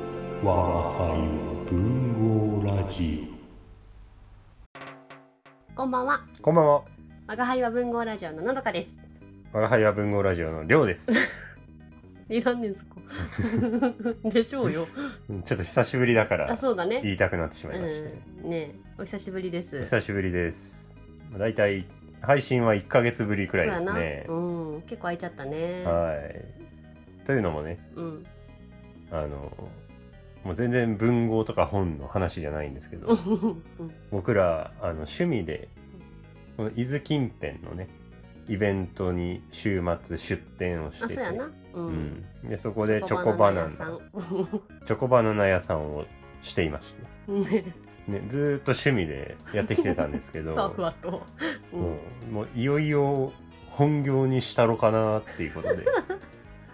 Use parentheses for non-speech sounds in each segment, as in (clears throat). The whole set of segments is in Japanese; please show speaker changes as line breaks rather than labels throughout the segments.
我が輩は文豪ラジ
こんばんは。
こんばんは。
我輩は文豪ラジオののどかです。
我が輩は文豪ラジオのりょ
(laughs)
うです。
いらんねんそこ。 (laughs) でしょうよ。
(laughs) うんちょっと久しぶりだか
あ、
ら
そうだね。
言いたくなってし
う
まいまして、
ん。ねえ、お久しぶりです。
お久しぶりです。だいたい配信は1ヶ月ぶりくらいですね
そ。うやな。うん。結構空いちゃったね。
はい。というのもね、
うん。 (laughs)
あのもう全然文豪とか本の話じゃないんですけど、
うん
僕らあの趣味でこの伊豆近辺のねイベントに週末出店をして
あ、
て
そうやな。う。
うんん、でそこでチョコバナナ
チョコ
チョコバナナ屋さんをしていました。
ナナ屋さん。ね、
ね、ずーっと趣味でやってきてたんですけ
(laughs)
ど
ふわふわと。う
も
ん。
うもういよいよ本業にしたろかなってい
(laughs)
うことで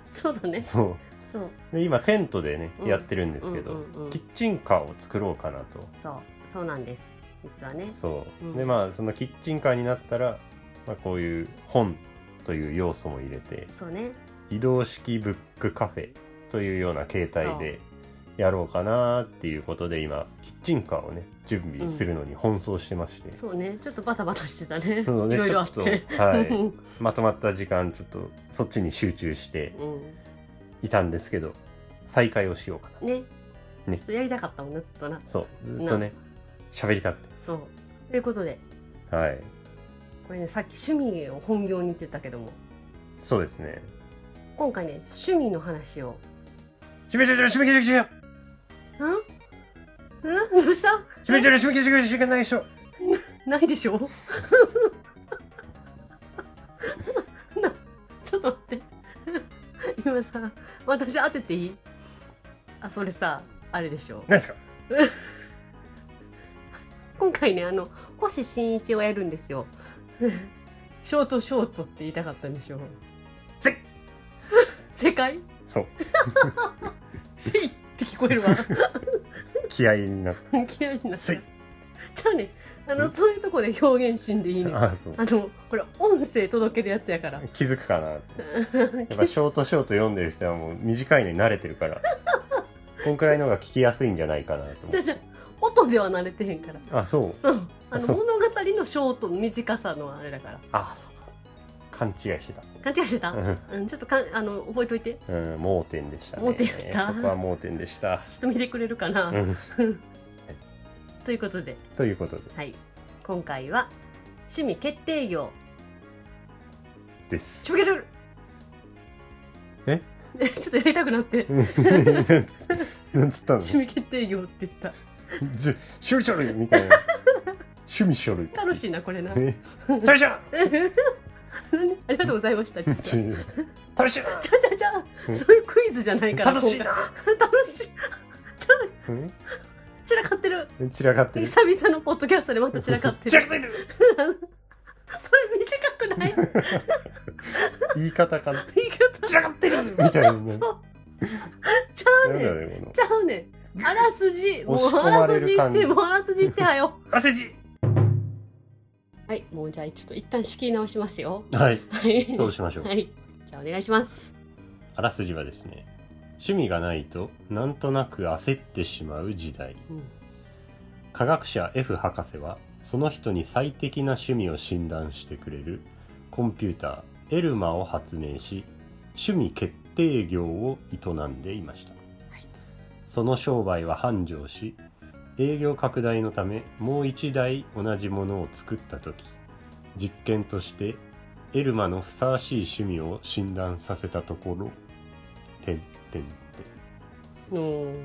そうだね。
そ
そう。
うで今テントでね、
うん
やってるんですけど、
うんうんうん
キッチンカーを作ろうかなと
そう。そうなんです。実はね。
そう、
うん
でまあそのキッチンカーになったら、まあ、こういう本という要素も入れて
そうね。
移動式ブックカフェというような形態でやろうかなっていうことで今キッチンカーをね準備するのに奔走してまして、
そうね。ちょっとバタバタしてたね。
そうね
いろいろあっ
ちょ
て。
とは
(laughs)
い、
うん
まとまった時間ちょっとそっちに集中していたんですけど再開をしようかな
ね。
ね
ちょっとやりたかったもんね、ずっとな。
そうずっとね喋りたく
そう。ということで、
てはい
これね、さっき趣味を本業にって言ったけども、
そうですね
今回ね、趣味の話を。
締めちゃう締め切りしよ
ん (laughs) んどうした
う締めちゃう締め切りしようないでしょ
ないでしょ (laughs) な、ちょっと待って。今さ、私当てていいあ、それさ、あれでしょ。
何ですか
今回ね、あの、星新一をやるんですよ。 (laughs) ショートショートって言いたかったんでしょ。
せ
(laughs) 世界
そう
せいって聞こえるわ。
(laughs) 気合いになって
嫌いになっ
せ
た
い。
じゃあね、あの、
うん
そういうとこで表現しんでいいね。あ
あそう
の、これ音声届けるやつやから。 (laughs)
気づくかなやっぱショートショート読んでる人はもう短いのに慣れてるからこんくらいの方が聞きやすいんじゃないかなと
じゃあ
思っ
じ
て
ゃあ音では慣れてへんから。
あそう
そう。あの、
そう
物語のショートの短さのあれだから。
あそう勘違いしてた
勘違いしてた
うん
うん、ちょっとかん、あの、覚えといて。ちょ
うん、盲点でしたね。
盲点だった
そこは盲点でした。
っと見てくれるかな、
うん、
ということで、
ということで
はい。今回は、趣味決定業。
で
ち
す
ょ。げ (laughs) る
え
ちょっとやりたくなって。
なんつったの？
趣味決定業って言った。
じゅ、趣味書類みたいな。趣味書類。
楽しいな、これな。
ね。楽しい。
ありがとうございま
(laughs)
した。ちょっと
ちゅ楽しい。
ちゃちゃちゃ、
うん
そういうクイズじゃないから。
楽しいな。
今回楽しい。散らかってる。
うん散らかってる。
久々のポッドキャストでまた散らかって
散
る
ら。かってる。
それ短くない
言い方かな。
言い方
散らかってる
(laughs)
みたいな。なんだ
そう。ちゃうねん。
ろうねこの
ち。ゃうねん。あらすじ、も
(laughs) 押し
う
込
あら
まれ
すじ言っ
る感じ
て、もうあらすじ言ってはよ。
汗じ。
はい、もうじゃあちょっと一旦仕切り直しますよ。
はい。
はい。
そうしましょう
は。い。じゃあお願いします。
あらすじはですね。趣味がないとなんとなく焦ってしまう時代。
うん
科学者 F 博士はその人に最適な趣味を診断してくれるコンピューターエルマを発明し趣味決定業を営んでいました、
い
その商売は繁盛し営業拡大のためもう一台同じものを作った時実験としてエルマのふさわしい趣味を診断させたところ「てんてんて
う
ん
ーん。」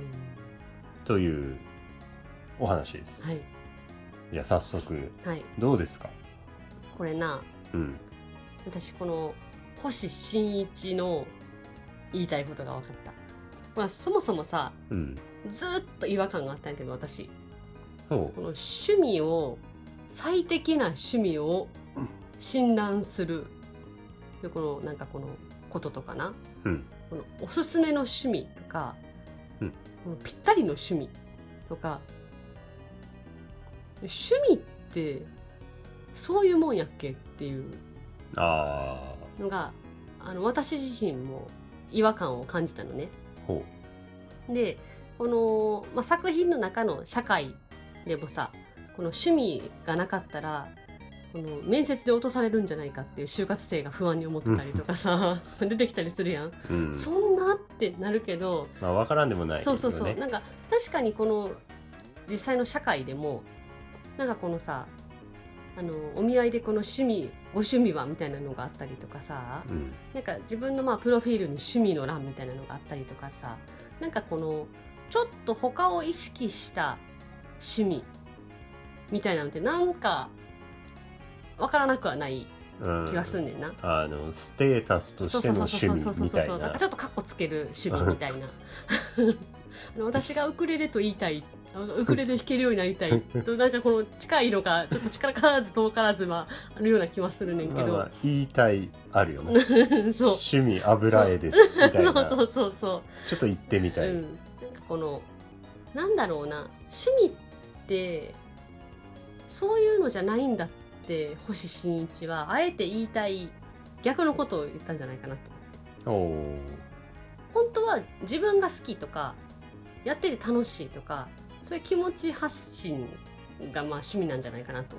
というお話です
はい。
じゃあ早速
はい。
どうですか
これな、
うん。
私この星新一の言いたいことが分かった、まあ、そもそもさ
うん。
ずーっと違和感があったんやけど私
ほ
この趣味を最適な趣味を診断するでこのなんかこのこととかな
う。うん。
このおすすめの趣味とか、
うん
このぴったりの趣味とか趣味ってそういうもんやっけっていう
あ
のがあの私自身も違和感を感じたのね
あ。ほ
でこの、まあ、作品の中の社会でもさこの趣味がなかったらこの面接で落とされるんじゃないかっていう就活生が不安に思ってたりとかさ出てきたりするやん、
うん
そんなってなるけど
まあ分からんでもないです
そ
よ
う
ね
そうそう、なんか確かにこの実際の社会でもなんかこのさあのお見合いでこの趣味ご趣味はみたいなのがあったりとかさ、
うん
なんか自分のまあプロフィールに趣味の欄みたいなのがあったりとかさなんかこのちょっと他を意識した趣味みたいなのってなんかわからなくはない
うん
気がすんねんな。
あのステータスと
そう
して
そう
の
そう
趣
そうそ
味
うそう
み
そう
た
そ
いう
なん
な
かちょっとカッコつける趣味みたい
(laughs)
なあの私がウクレレと言いたいあのウクレレ弾けるようになりたいとなんかこの近いのがちょっと力からず遠からずはあるような気はするねんけ
まあまあ
ど、
言いたいあるよね
(laughs) そう
趣味油絵ですみたい
(laughs)
な
そうそうそうそう
ちょっと行ってみたい、
うん、なんかこのなんだろうな趣味ってそういうのじゃないんだって星新一はあえて言いたい逆のことを言ったんじゃないかなと思って
おお
本当は自分が好きとかやってて楽しいとかそういう気持ち発信がまあ趣味なんじゃないかなと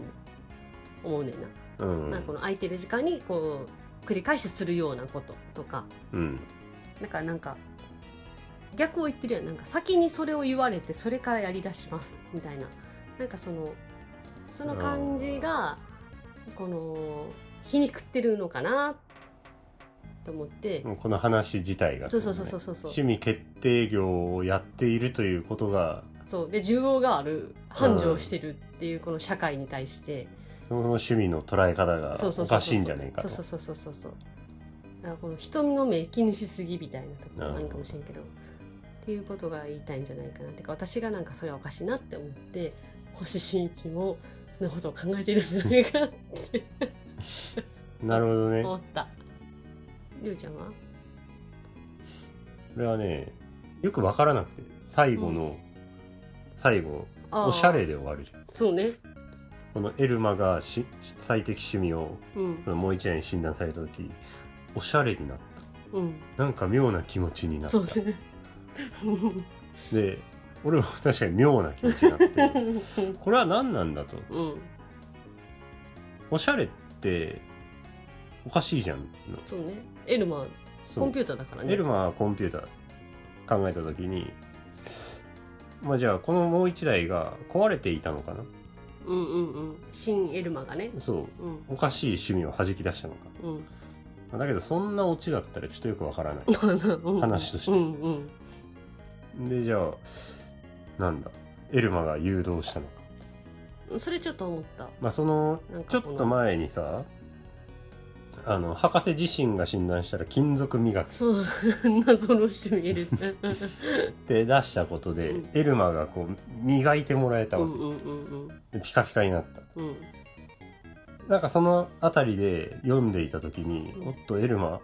思う思うねんな,、
ーうん
なんかこの空いてる時間にこう繰り返しするようなこととか
うん
だからなんか逆を言ってるやんなんか先にそれを言われてそれからやりだしますみたいななんかそのその感じがこの皮肉ってるのかなと思って、
もうこの話自体が
そうそうそうそうそうそう
趣味決定業をやっているということが
そうで需要がある繁盛してるっていうこの社会に対して、
その趣味の捉え方が
そうそう
お
そう
か
そう
しい
そ
ん
う
じゃないかと
そうそうそうそうそうだからこの瞳の目気にしすぎみたいなところがあるかもしれんけどっていうことが言いたいんじゃないかなってか私がなんかそれはおかしいなって思って星新一もそんなことを考えてるんじゃないかなって
なるほどね
思
こ
ったりゅうちゃんは
れはねよく分からなくて最後の、最後
あー
おしゃれで終わるじゃん
そうね
このエルマがし最適趣味を
うん
もう一年診断された時おしゃれになっ
うん
たなんか妙な気持ちになっ
そう
た
ね
で俺も確かに妙な気持ちになっ
う (laughs)
て
ん
これは何なんだと
うん
おしゃれっておかしいじゃん
そうねエルマ
そ
コン
う
ピューターだからね
エルマはコンピューター考えた時にまあじゃあこのもう一台が壊れていたのかな
うんうんうん新エルマがね
そう
うん
おかしい趣味を弾き出したのか
うん
まあだけどそんなオチだったらちょっとよくわからない
話
話として
うんうん (laughs)
でじゃあなんだエルマが誘導したのか
うんそれちょっと思った
まあその
なん
ちょ
か
っ
この
と前にさあの博士自身が診断したら金属磨き
そう謎の趣味で
って出したことで、
うん
エルマがこう磨いてもらえた
う
わ
んうんうん
け、でピカピカになった
うんうん
なんかその辺りで読んでいた時に、
うん
おっとエルマ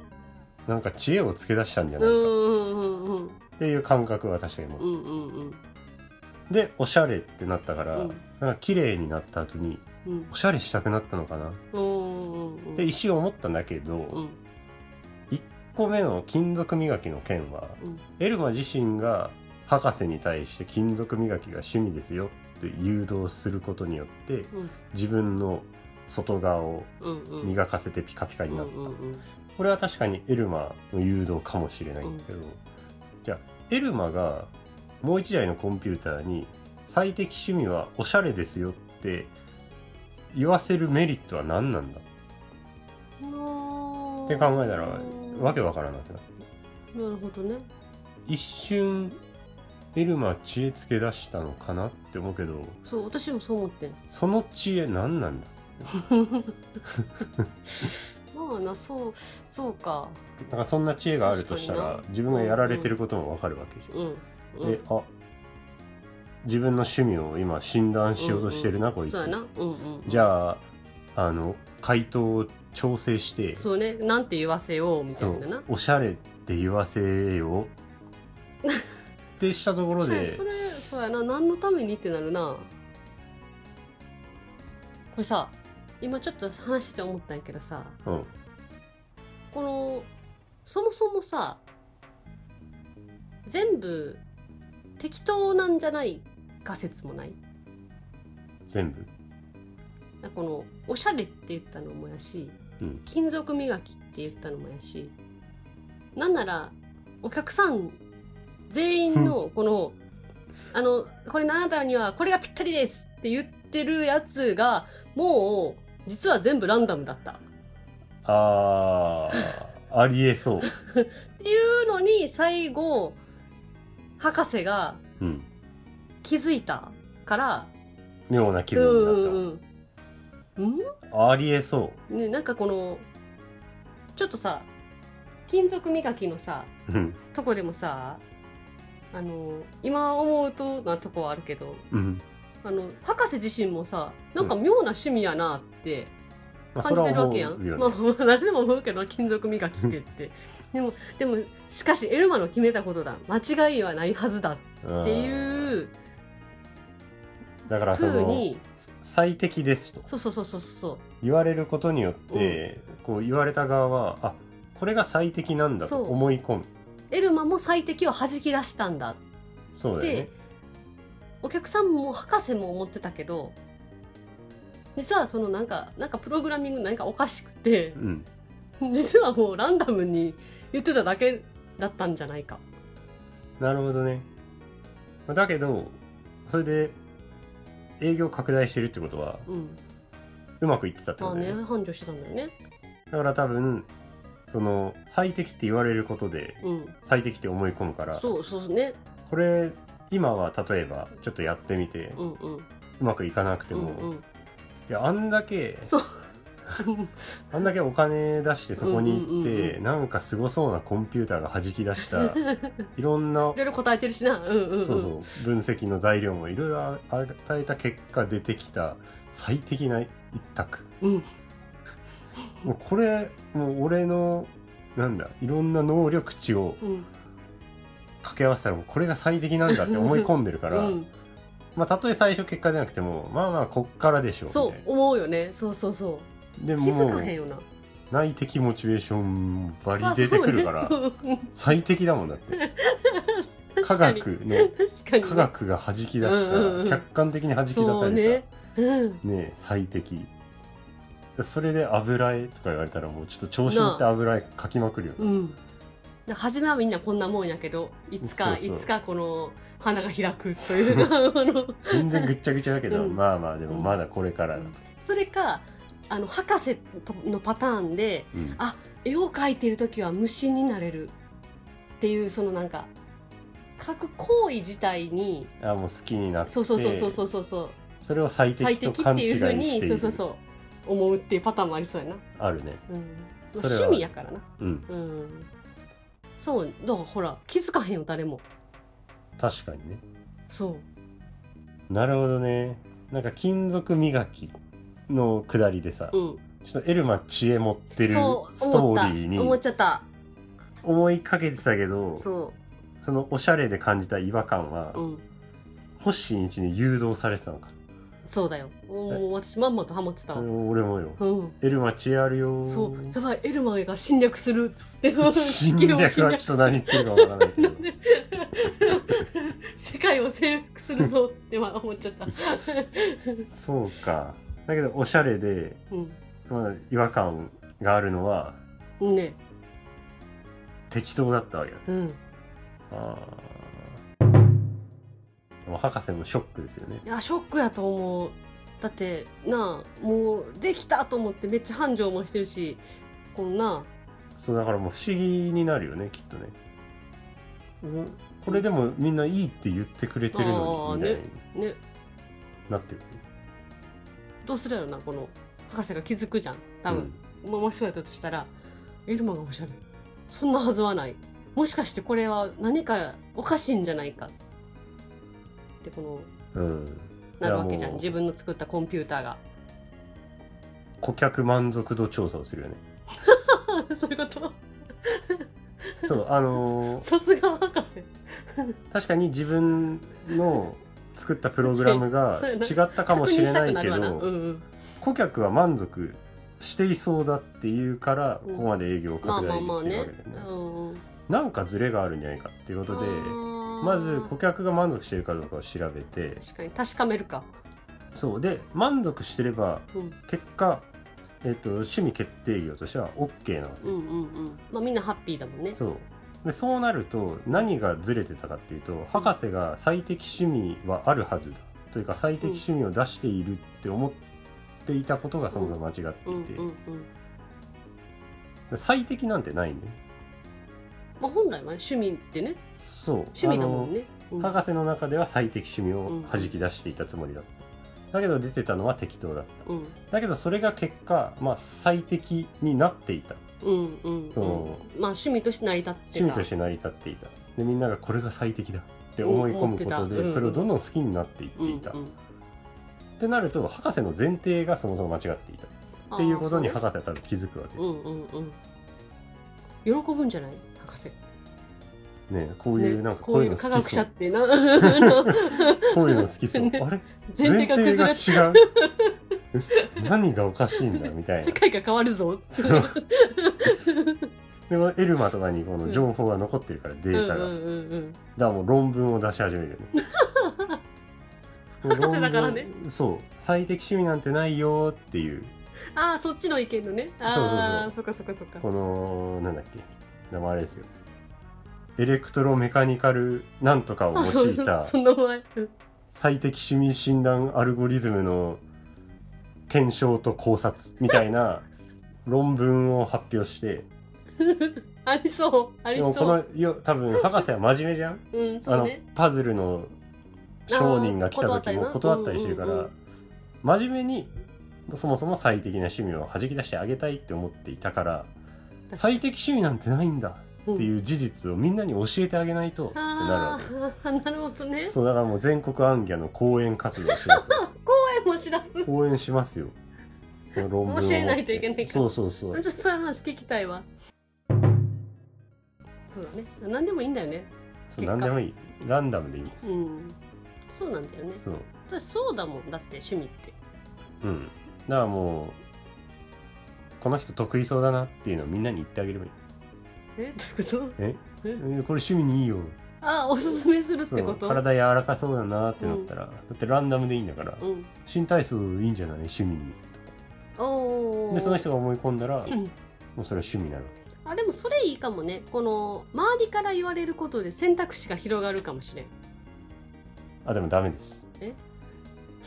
なんか知恵をつけ出したんじゃ
う
ないか
んうんうん
っていう感覚は確かに持つ、
うんうんうん
でおしゃれってなったから、
うん
なんか綺麗になった後に
うん
おしゃれしたくなったのかなっ
うんうん
て一瞬思ったんだけど、
うん
1個目の金属磨きの件は
うん
エルマ自身が博士に対して金属磨きが趣味ですよって誘導することによって
うん
自分の外側を
うんうん
磨かせてピカピカ
うん
に
う
なっ
ん
た、
うん
これは確かにエルマの誘導かもしれないんだけど、じゃあエルマがもう一台のコンピューターに最適趣味はおしゃれですよって言わせるメリットは何なんだ
うん
って考えたらわけわからなくなる
なるほどね
一瞬エルマ知恵つけ出したのかなって思うけど
そう私もそう思ってん
その知恵何なんだ
まあなそうそうか
なんかそんな知恵があるとした
確からに
自分がやられてることもわかるわけじゃん、
うんう
で
ん
あ自分の趣味を今診断しようとしてるな、こいつ
そうやなうんうん
じゃああの回答を調整して
そうねなんて言わせようみた
そ
いなな
うおしゃれって言わせようってしたところで
(laughs) それそれそうやな何のためにってなるなこれさ今ちょっと話してて思ったんやけどさ
うん
このそもそもさ全部適当なんじゃない仮説もない
全部
なんかこのおしゃれって言ったのもやし
うん
金属磨きって言ったのもやしなんならお客さん全員のこのあのこれあなたにはこれがぴったりですって言ってるやつがもう実は全部ランダムだったっ
あーありえそう
ていうのに最後博士が
うん
気づいたから
妙な気
うんう
分になった、
んうんん
ありえそ
ね、なんかこのちょっとさ金属磨きのさ
ううん
とこでもさあの今思うとなとこはあるけど
うん
あの博士自身もさなんか妙な趣味やなって
まあ
感じてるわけやん、
それは
まあ
思うよ
ま
ね
あ誰でも思うけど金属磨きってっ
(laughs)
てでもでもしかしエルマの決めたことだ間違いはないはずだって
うん
いう
だからそ
ふう
の
に
最適ですと
そうそうそうそうそう
言われることによって、こう言われた側はあこれが最適なんだと
そう
思い込む
エルマも最適をはじき出したんだっ
そうだよね
でお客さんも博士も思ってたけど実はそのなんかなんかプログラミングなんかおかしくて
うん
実はもうランダムに言ってただけだったんじゃないか
なるほどねまあだけどそれで営業拡大してるってことは
うん
うまくいってたって
まあ
ことだ
ね
よね
繁盛してたんだよね
だから多分その最適って言われることで
うん
最適って思い込むから
そうそうね
これ今は例えばちょっとやってみて
うんうん
うまくいかなくて
う
も、
んうん
いやあんだけ
そう (laughs)
あんだけお金出してそこに行っ
うんうん
て、
うんうん
なんかすごそうなコンピューターが弾き出した
(laughs)
いろんない
ろいろ答えてるしなうんうんうん
そうそう分析の材料もいろいろ与えた結果出てきた最適な一択
うん
もうこれもう俺のなんだいろんな能力値を
うん
掛け合わせたらもうこれが最適なんだって思い込んでるか
う
ら、
ん
まあ、たとえ最初結果じゃなくてもまあまあこっからでしょ
そう
みたいな
思うよねそうそうそ
で
う
も
気づ
も
かへん
う
よな
内的モチベーションバリ
あ
出てくるから、
そうね (laughs) そう
最適だもんだって
(laughs) 確
科
かに
学
確か
の
にね
科学が弾き出した、
うんうんうん
客観的に弾き出
そ
さ
う
れ
ね
た
うん
ね最適それで油絵とか言われたらもうちょっと調子乗って
な
油絵描きまくるよ、
うん、だから初めはみんなこんなもんやけどいつか
そうそう
いつかこの花が開くという
(laughs)
(laughs) あの
全然ぐっちゃぐちゃだけど、
うん
まあまあでもまだこれからだと、
それかあの博士のパターンで
うん
あ絵を描いている時は無心になれるっていうそのなんか描く行為自体に
あもう好きになって
そうそうそうそうそうそうそう
それを最
最
適と
適っ
勘
て
違い
いう
し
ふう
て
に
い
そう
る
そうそう思うっていうパターンもありそうやな、
あるね
うんまあ
それは
趣味やからな
うん
うんそうだからほら気づかへんよ誰も
確かにね
そう
なるほどねなんか金属磨きの下りでさ、
うん
ちょっとエルマ知恵持ってる
そ
ス
う
ト
思っ
ー
た
リーに
思っちゃった
思いかけてたけどそ
そ
のおしゃれで感じた違和感は、
ううん
ホッシーんちに誘導されてたのか
そうだよもう私まんまとハマってたわう
俺もよ
ん
エルマ知恵あるよー
そうやばいエルマが侵略するっていう
(laughs) 侵
地球
略
を
はちょっと何言ってるかわからない
(laughs)
けど
世界を征服するぞっては思っちゃった、
そうかだけどおしゃれで、まあ、違和感があるのは
うん、ね
適当だったわけだ
うん
あーでも博士もショックですよね
いやショックやと思うだってなあもうできたと思ってめっちゃ繁盛もしてるしこんな
そうだからもう不思議になるよねきっとね、うんこれでもみんないいって言ってくれてるのに
あ
み
ー
た
ね
いに
ね
なってるね
どうするやろなこの博士が気づくじゃん多分、まあ、もしそうやったとしたらエルマがおしゃれそんなはずはないもしかしてこれは何かおかしいんじゃないかってこの
うん、うん
なるわけじゃ
いやもうん
自分の作ったコンピューターが (laughs)
顧客満足度調査をす
(laughs)
るよね
そういうこと
そうあのー
さすが博士
確かに自分の作ったプログラム
(laughs)
が
そうやな
違ったかもしれないけど、
うんうん、
顧客は満足していそうだっていうから、
うん
ここまで営業を
まあ
拡
ま
大
あまあ
できてる
ね
わけだよね、
うんうん
なんかズレがあるんじゃないかっていうことで
あ
まず顧客が満足してるかどうかを調べて
確かに確かめるか、
そうで満足してれば
うん、
結果、えっと趣味決定業としては OK なわけ
う
で
ん
す、
うんうんまあみんなハッピーだもんね
そうでそうなると何がずれてたかっていうと博士が最適趣味はあるはずだというか最適趣味を出しているって思っていたことがそもそも間違って
うんう
い
ん
て、
うん
最適なんてないね
まあ本来はね趣味ってね
そう
趣味だもんね、う
あ
ん、
の博士の中では最適趣味を弾き出していたつもりだった、だけど出てたのは適当だった
うん
だけどそれが結果、まあ、最適になっていた
うんうんうん
そ
まあ趣味として成り立ってた
趣味として成り立っていたでみんながこれが最適だって思い込むこ
うん思
と
ってたうん
でそれをどんどん好きになっていっていた、
うんうん
ってなると博士の前提がそもそも間違っていたっていうことに
あー
博士は多分気づくわけで
そうねうんうんうん喜ぶんじゃない博士
すねこういうなんか
こう
こう
い
いう
の
うの
科
好
学者
きそ
っ
う
て
(laughs)
な前
こういうの好きそう
ね (laughs)
あれ
提が崩れ
前
て
提が違う (laughs) 何がおかしいんだみたい
世
な
界が変わるぞ
そう (laughs) でもエルマとかにこの情報が残ってるからデ
うんうんう
ータが、だか
んうん
らもう論文を出し始めるよ
(laughs)
ね
博士だからね
論文そう最適趣味なんてないよっていう
ああそっちの意見のね
そうそうそう
ああそっかそっかそっか
このなんだっけ名前あれですよエレクトロメカニカルなんとかを
あそ
用
う
いた
その前うん
最適趣味診断アルゴリズムの検証と考察みたいな論文を発表して
ありそうあり
で
そ
もこ
う
のよ多分博士は真面目じゃん、
うん
あ
そう
の
ね
パズルの商人が来た時
あ
も
ー
断ったりしてるから、
断った
真面目にそもそも最適な趣味を弾き出してあげたいって思っていたから
確かに
最適趣味なんてないんだっていう事実をみんなに教えてあげないとってな
あ
るわ
あなるほどね
けそうだからもう全国アンギャの講演活動をしますよ
声も知らず
講演しますよこの論文を持って
教えないといけないから
そうそう
(laughs)
そう
ちょっとそういう話聞きたいわそうだね何でもいいんだよね
そう何でもいいランダムでいいんです
うんそうなんだよね
そう
だそうだもんだって趣味って
うんだからもうこの人得意そうだなっていうのをみんなに言ってあげればいい
えどういうこと
ええこれ趣味にいいよ
あおすすめするっ
そ
てこ
う
と
体柔らかそうだなってなったら、だってランダムでいいんだから、
うん
新体操いいんじゃない趣味に
おー
でその人が思い込んだら、
ん
もうそれは趣味なの
あでもそれいいかもねこの周りから言われることで選択肢が広がるかもしれん
あでもダメです
え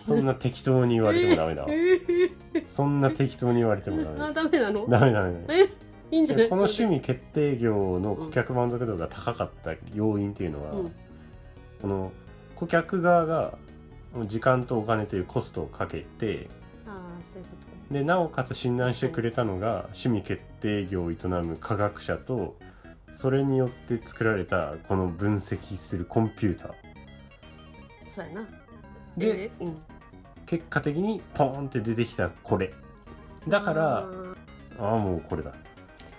そんな適当に言われてもダメだわ、
(laughs) えー
そんな適当に言われてもダメ
あダ
だ
メなの
ダメダメダメ
えいいんじゃない
この趣味決定業の顧客満足度が高かった要因っていうのは、
うん
この顧客側が時間とお金というコストをかけて
ああそういうこと
でなおかつ診断してくれたのが趣味決定業を営む科学者とそれによって作られたこの分析するコンピューター
そうやな。
で
えー、うん、
結果的にポーンって出てきたこれだから
あー
ああもうこれだ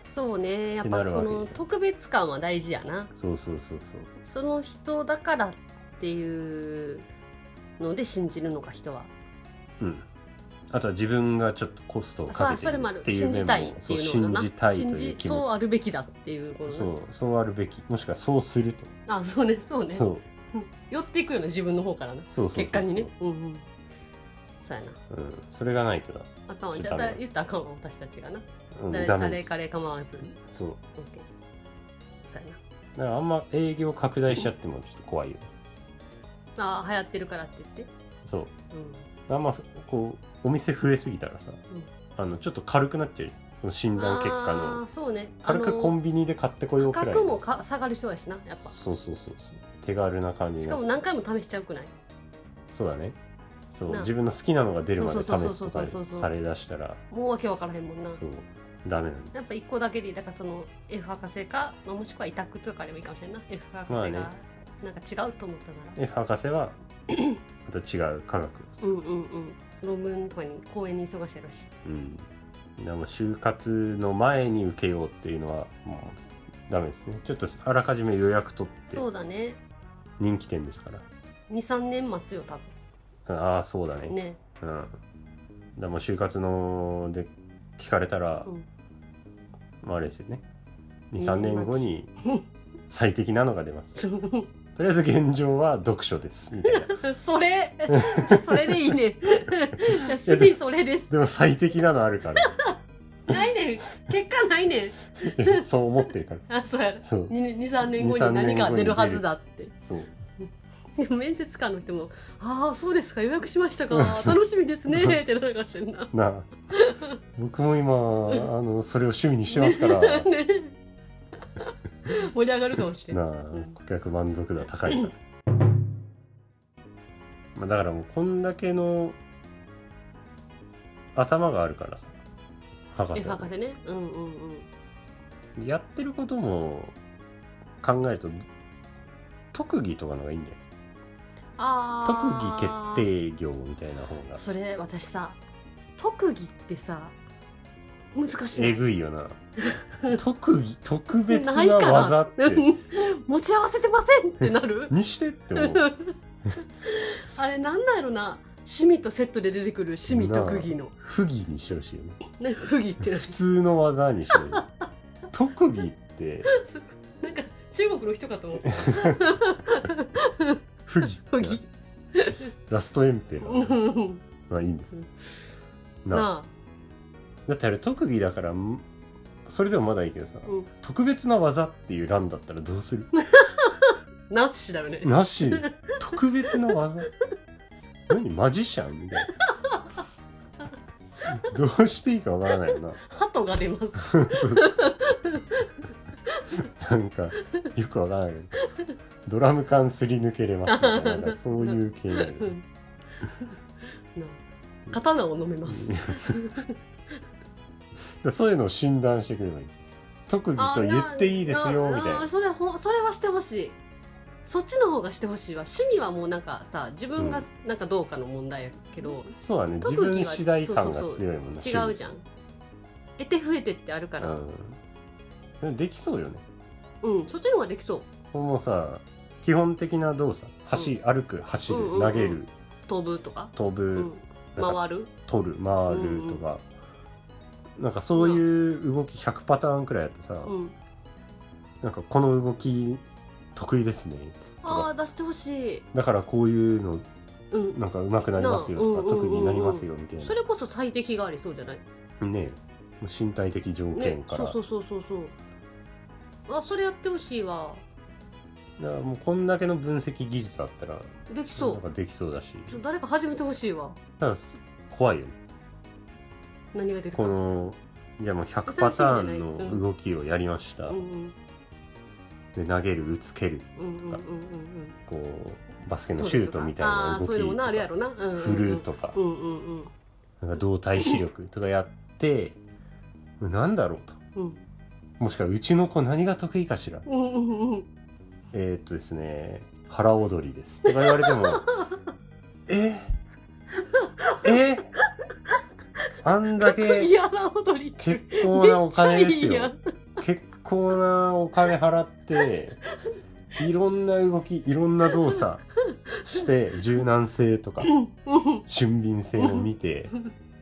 そうねやっ
ってな
ぱ
る
そ
わけ
の特別感は大事やな
そうそうそうそう
その人だからっていうので信じるのか人は
うん、あとは自分がちょっとコストを
さ
か
あ
けて
それもあ
るっ
る
ていう
信じ
面
たいっ
も
て
そう
いうの
信
かな
じたいという気
そう
持
あるべきだっていうこ
ち
とね
そうそうあるべきもしくはそうすると
あそうねそうね
そう
うん寄っていくような自分の方からな
そうそうそうそう
結果にねうんうんそうやな
うん、それがないとだ、
あかんわ
ち
ち
ょ
ょ
っと
っ
ダメ
と言ったらあかんわ私たちがな
うん、
誰
ダメで
誰
す
彼構わず OK
そう
そうや
だからあんま営業拡大しちゃってもちょっと怖いよね
なあー流行ってるからって言って
そう
うん
あんまこうお店増えすぎたらさ、
うん
あのちょっと軽くなっちゃうよこの診断結果
あー
の
そうね
軽くコンビニで買ってこようく
価
らい
格もか下がる人やしなやっぱ
そうそうそうそう手軽な感じ
し
に
か
な
も何回も試しちゃうくない
そうだねそう
な
自分の好きなのが出るまで試
そうそう
す
そう
と
そ
か
うそうそう
されだしたら
もうわけわからへんもんな
そうダメなの
やっぱ一個だけでいいだからその F 博士か、まあ、もしくは委託とかでもいいかもしれんな F 博士
まあ
が
ね
なんか違うと思ったなら、
で博
(clears throat)
士はまた違う科学です
うんうんうん論文とかに講演に忙しいやろし
うんでも就活の前に受けようっていうのはもうダメですねちょっとあらかじめ予約取って
そうだね
人気店ですから
23年待つよ多
ああそうだね
分ね (laughs)
うんだからもう就活ので聞かれたら、
うん
まああれですよね
二年 (laughs)
23年後に最適なのが出ます
そう
とりあえず現状は読書ですみたい
(laughs)
な
それじゃあそれでいい
(laughs)
ねじゃあ市民それです
でも最適なのあるから
ないねん結果ないねん
そう思ってるから (laughs)
あそうや
そう
23年後に
2-3
何か出るはずだって
そう
でも面接官の人も「ああそうですか予約しました
(laughs)
か楽しみですね」ってなるかもしれんな。
なあ僕も今あのそれを趣味にしてますから
ね盛り上がるかもしれん
なあ顧客満足度は高いからまあだからもうこんだけの頭があるからさ博
え
士は
博士ねうんうんうん
やってることも考えると特技とかのがいいんだよ
あ
特
あ
技決定業みたいな方が
それ私さ特技ってさ難しい
え
な
ぐいよな特技特別な
ないから
技って
(laughs) 持ち合わせてませんってなる
にしてって思う
(laughs) あれなんなんやろな趣味とセットで出てくる趣味特技の
不義にしてほしいよね
ね不義ってな
普通の技にしてほしい特技って
(laughs) なんか中国の人かと思った
不義って
不義
ラストエンペラー
うん
まあいいんですなあ
なあ
だってあれ特技だからんそれでもまだいいけどさ、
うん
特別な技っていう欄だったらどうする (laughs)
なしだよね
なし特別な技 (laughs) 何マジシャンみたいな (laughs) どうしていいかわからないよな
鳩が出ます
なんかよくわからないドラム缶すり抜けれますみたいななんかそういう系だよ
う
ね
ん (laughs) なあ刀を飲めます
だそういうのを診断してくればいい特技と言っていいですよみたい
あ
な
それほそれはしてほしいそっちの方がしてほしいわ趣味はもうなんかさ自分がなんかどうかの問題やけど、
そうだね自
特技は
分次第感が強いもんな
違うじゃん得て増えてってあるから
うんでもできそうよね
うん、そっちの方ができそ
もうさ基本的な動作走、歩く走る、
うんうんうん
投げる
う飛ぶとか、
飛ぶ、
うん、
なんか
回る
取る回るとか、なんかそういう動き100パターンくらいやってさ、
うん
なんかこの動き得意ですね
ああ出してほしい、
だからこういうの
うん、
なんか上手くなりますよとか、
なあうんうんうんうん
特技になりますよみたいな
それこそ最適がありそうじゃない
ねもう身体的条件
ね
から,、
そうそうそうそうそうあそれやってほしいわ
だからもうこんだけの分析技術あったら
できそ
なん
う
かできそうだし
ちょ誰か始めてほしいわ
ただす怖いよね
何が出るか
このじゃあもう100パターン
う
の
ん
動きをやりました、
うんうん
で投げる打つ蹴る
うんうんうんうんうん
こうバスケのシュートみたい
あ
な
あー
動
そういうのもなあるやろ
き
な、うんうんうん、
振るとか
うんうんうん
なんか動体視力とかやってなんだろうと
うん
もしくはうちの子何が得意かしら
うんうんうん
えーっとですね腹踊りですとか言われても (laughs) ええあんだけ
嫌な踊り
結構なお金で
めっ
す
ちゃいいや
よ
ん
結構なお金払っていろんな動きいろんな動作して柔軟性とか
うん
俊敏性を見て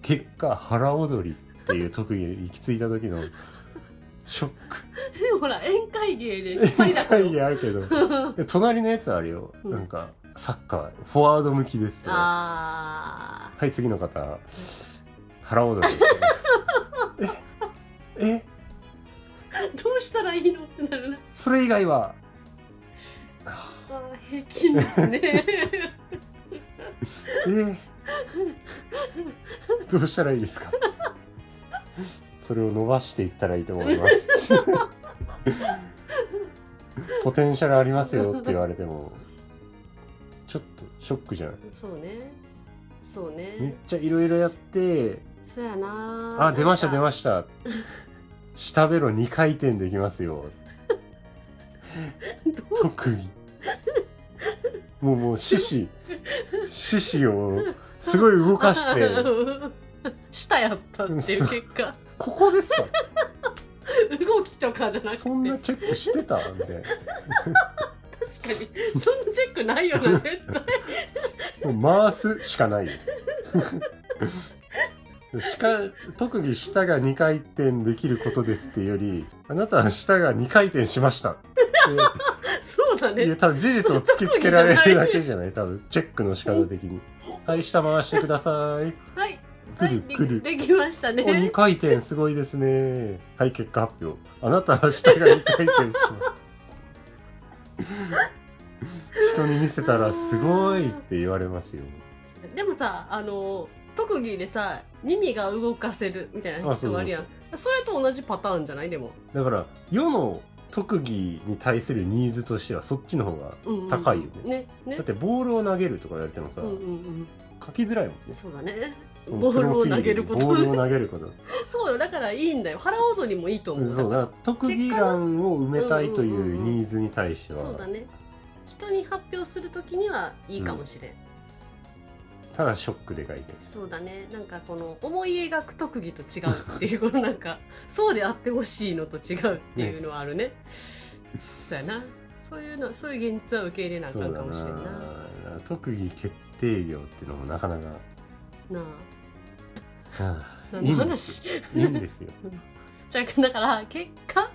結果腹踊りっていう特技に行き着いた時のショック
ほら宴会芸で引っ張りだこ
会
よ
議あるけどで隣のやつあるよ、
うん
なんかサッカーフォワード向きですとか
あ
はい次の方腹踊りです
(laughs)
ええ
ーどうしたらいいのってなるな
それ以外は
あー平均ですね
えー、どうしたらいいですかそれを伸ばしていったらいいと思いますポテンシャルありますよって言われてもちょっとショックじゃない
そうねそう
めっ
ね
ちゃいろいろやって
そうやな
あ出ました出
し
ました下ベロ2回転できますよ特技もうもう獅子獅子をすごい動かして
したやったっていう結果
ここですか
動きとかじゃなくて
そんなチェックしてたみたい
確かにそんなチェックないよな絶対
なもう回すしかないよ (laughs) しか特技舌が2回転できることですっていうよりあなたは舌が2回転しました
(laughs) そうだ
いや
ね。
多分事実を突きつけられるだけじゃない多分チェックの仕方的にはい下回してください
はい。は
くる
い。
くる、
でできましたね。
(laughs) お2回転すごいですねはい結果発表あなたは下が2回転します (laughs) 人に見せたらすごいって言われますよ
でもさ、あの、特技でさ、耳が動かせるみたいな
あそう
人
そうそう
あるやん。それと同じパターンじゃないでも。
だから世の特技に対するニーズとしてはそっちの方が
うんうん
高いよね
ね。ね
だっ。てボールを投げるとか言われてもさ、
うんうん
書きづらいもん
うん。
ね
そうだね。ボールを投げること
ボールを投げること
(laughs) そうよ。だからいいんだよ。腹踊りもいいと思う。
そうだから特技欄を埋めたいとい
結果
う
のうんうんうん
ニーズに対しては、
そうだね。人に発表するときにはいいかもしれん。
ただショックでかいで
そうだね。なんかこの思い描く特技と違うっていうこのなん
(laughs)
かそうであってほしいのと違うっていうのはあるね。そうやな。そういうのそういう現実は受け入れなあ
そ
かん
う
か
だ
もしれんな。な
な特技決定業っていうのもなかなか、は
あ。
あ
何の話。
いいんですよ
(laughs) じゃあだから結果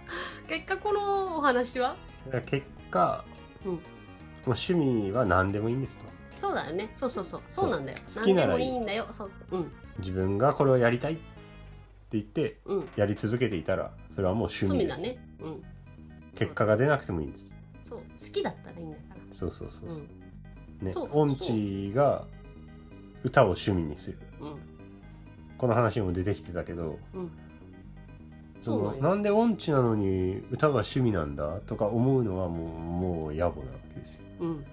結果このお話は
だから結果、
うん
もう趣味は何でもいいんですと
そうだよね。そうそうそうそうなんだよ。
そう好き
何
な
で
ら
も
い
い
い
いんだよ。そううん
自分がこれをやりたいって言って
うん。
やり続けていたらそれはもう趣味
罪
で
だ
す、
ね。うん。
結果が出なくてもいいんです
そう好きだったらいいんだか
そうそうそう
ら。う
そうんね
そう
音痴が歌を趣味にする
うん
この話も出てきてたけど、
うん
そ
そうな
の
んよ
なんで音痴なのに歌が趣味なんだとか思うのはもうもう野暮なわけですよ
うん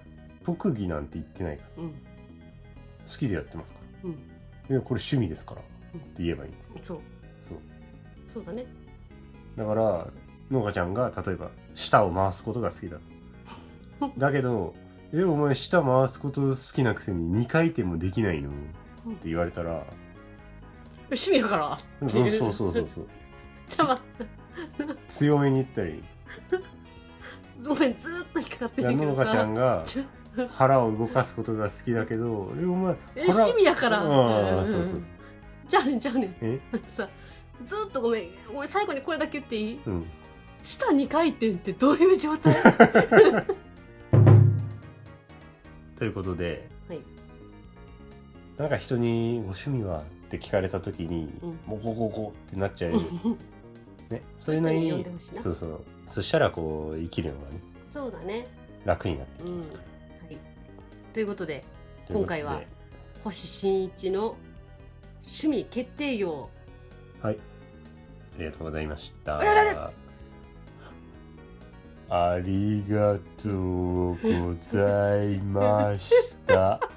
特技なんて言ってないから
うん
好きでやってますか
うん。
らいやこれ趣味ですからっ
うん
て言えばいいんです
そう
そう
そうだね。
だから農家ちゃんが例えば舌を回すことが好きだ
(laughs)
だけど「えお前舌回すこと好きなくせに2回転もできないの?」って言われたら
趣味だから。 (laughs)
そうそうそうそうそう
じゃあ
強めに言っ
(laughs)
たり
ごめんずーっと引っかかって
いや
るけど
農
さ
家ちゃんが
ちょ
腹を動かすことが好きだけどえお前
え
腹
趣味やから
うん
うん
そ
うん
う
うん
そう
じゃあねじゃあね
え
さずーっとごめんごめん最後にこれだけ言っていい
うん
下2回転ってどういう状
(laughs)
態
ということで、
はい
なんか人に「ご趣味は?」って聞かれた時に
うん
「もうこここ」ってなっちゃう、ね、そういうの
人呼ん
に
でほしいな
そうそうそしたらこう生きるのがね
そうだね
楽になって
うんはいということで
ということで
今回は星新一の趣味決定業
はいありがとうございました
あららら
ありがとうございました